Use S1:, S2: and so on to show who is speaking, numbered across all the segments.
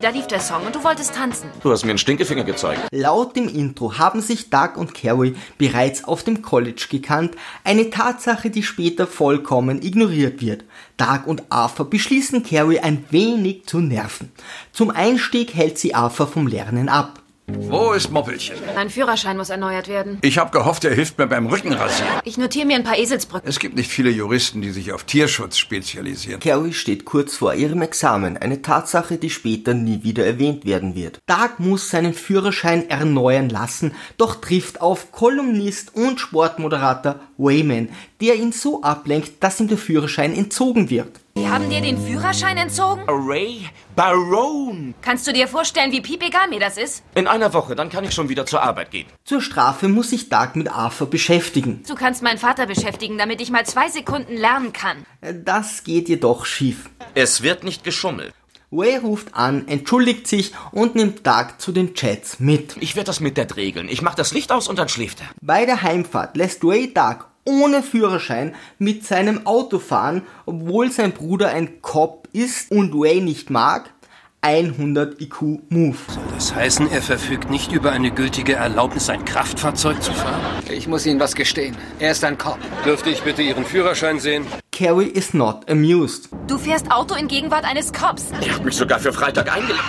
S1: Da lief der Song und du wolltest tanzen.
S2: Du hast mir einen Stinkefinger gezeigt.
S3: Laut dem Intro haben sich Doug und Carrie bereits auf dem College gekannt, eine Tatsache, die später vollkommen ignoriert wird. Doug und Arthur beschließen Carrie ein wenig zu nerven. Zum Einstieg hält sie Arthur vom Lernen ab.
S4: Wo ist Moppelchen?
S1: Mein Führerschein muss erneuert werden.
S4: Ich habe gehofft, er hilft mir beim Rückenrasieren.
S1: Ich notiere mir ein paar Eselsbrücken.
S4: Es gibt nicht viele Juristen, die sich auf Tierschutz spezialisieren.
S3: Carrie steht kurz vor ihrem Examen, eine Tatsache, die später nie wieder erwähnt werden wird. Doug muss seinen Führerschein erneuern lassen, doch trifft auf Kolumnist und Sportmoderator Wayman, der ihn so ablenkt, dass ihm der Führerschein entzogen wird.
S1: Die haben dir den Führerschein entzogen?
S2: Ray Barone.
S1: Kannst du dir vorstellen, wie piepegal mir das ist?
S2: In einer Woche, dann kann ich schon wieder zur Arbeit gehen.
S3: Zur Strafe muss sich Doug mit Arthur beschäftigen.
S1: Du kannst meinen Vater beschäftigen, damit ich mal zwei Sekunden lernen kann.
S3: Das geht jedoch schief.
S2: Es wird nicht geschummelt.
S3: Way ruft an, entschuldigt sich und nimmt Doug zu den Chats mit.
S2: Ich werde das mit Dad regeln. Ich mach das Licht aus und dann schläft er.
S3: Bei der Heimfahrt lässt Ray Doug ohne Führerschein mit seinem Auto fahren, obwohl sein Bruder ein Cop ist und Ray nicht mag. 100 IQ Move.
S5: Das heißen, er verfügt nicht über eine gültige Erlaubnis, ein Kraftfahrzeug zu fahren?
S6: Ich muss Ihnen was gestehen. Er ist ein Cop.
S5: Dürfte ich bitte Ihren Führerschein sehen?
S3: Carrie is not amused.
S1: Du fährst Auto in Gegenwart eines Cops.
S2: Ich habe mich sogar für Freitag eingeladen.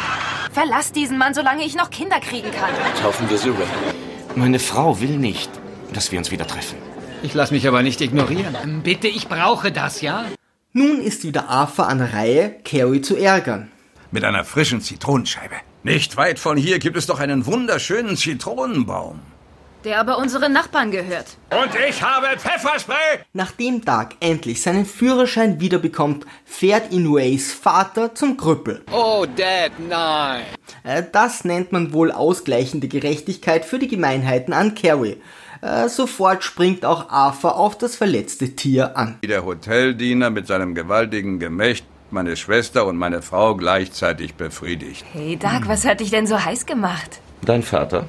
S1: Verlass diesen Mann, solange ich noch Kinder kriegen kann.
S2: Taufen wir sie Ray. Meine Frau will nicht, dass wir uns wieder treffen.
S6: Ich lasse mich aber nicht ignorieren.
S5: Ähm, Bitte, ich brauche das, ja?
S3: Nun ist wieder Arthur an der Reihe, Carrie zu ärgern.
S4: Mit einer frischen Zitronenscheibe. Nicht weit von hier gibt es doch einen wunderschönen Zitronenbaum.
S1: Der aber unseren Nachbarn gehört.
S4: Und ich habe Pfefferspray.
S3: Nachdem Doug endlich seinen Führerschein wiederbekommt, fährt ihn Rays Vater zum Krüppel.
S6: Oh, Dad, nein.
S3: Äh, Das nennt man wohl ausgleichende Gerechtigkeit für die Gemeinheiten an Carrie. Äh, Sofort springt auch Arthur auf das verletzte Tier an.
S4: Wie der Hoteldiener mit seinem gewaltigen Gemächt meine Schwester und meine Frau gleichzeitig befriedigt.
S1: Hey, Doug, was hat dich denn so heiß gemacht?
S2: Dein Vater?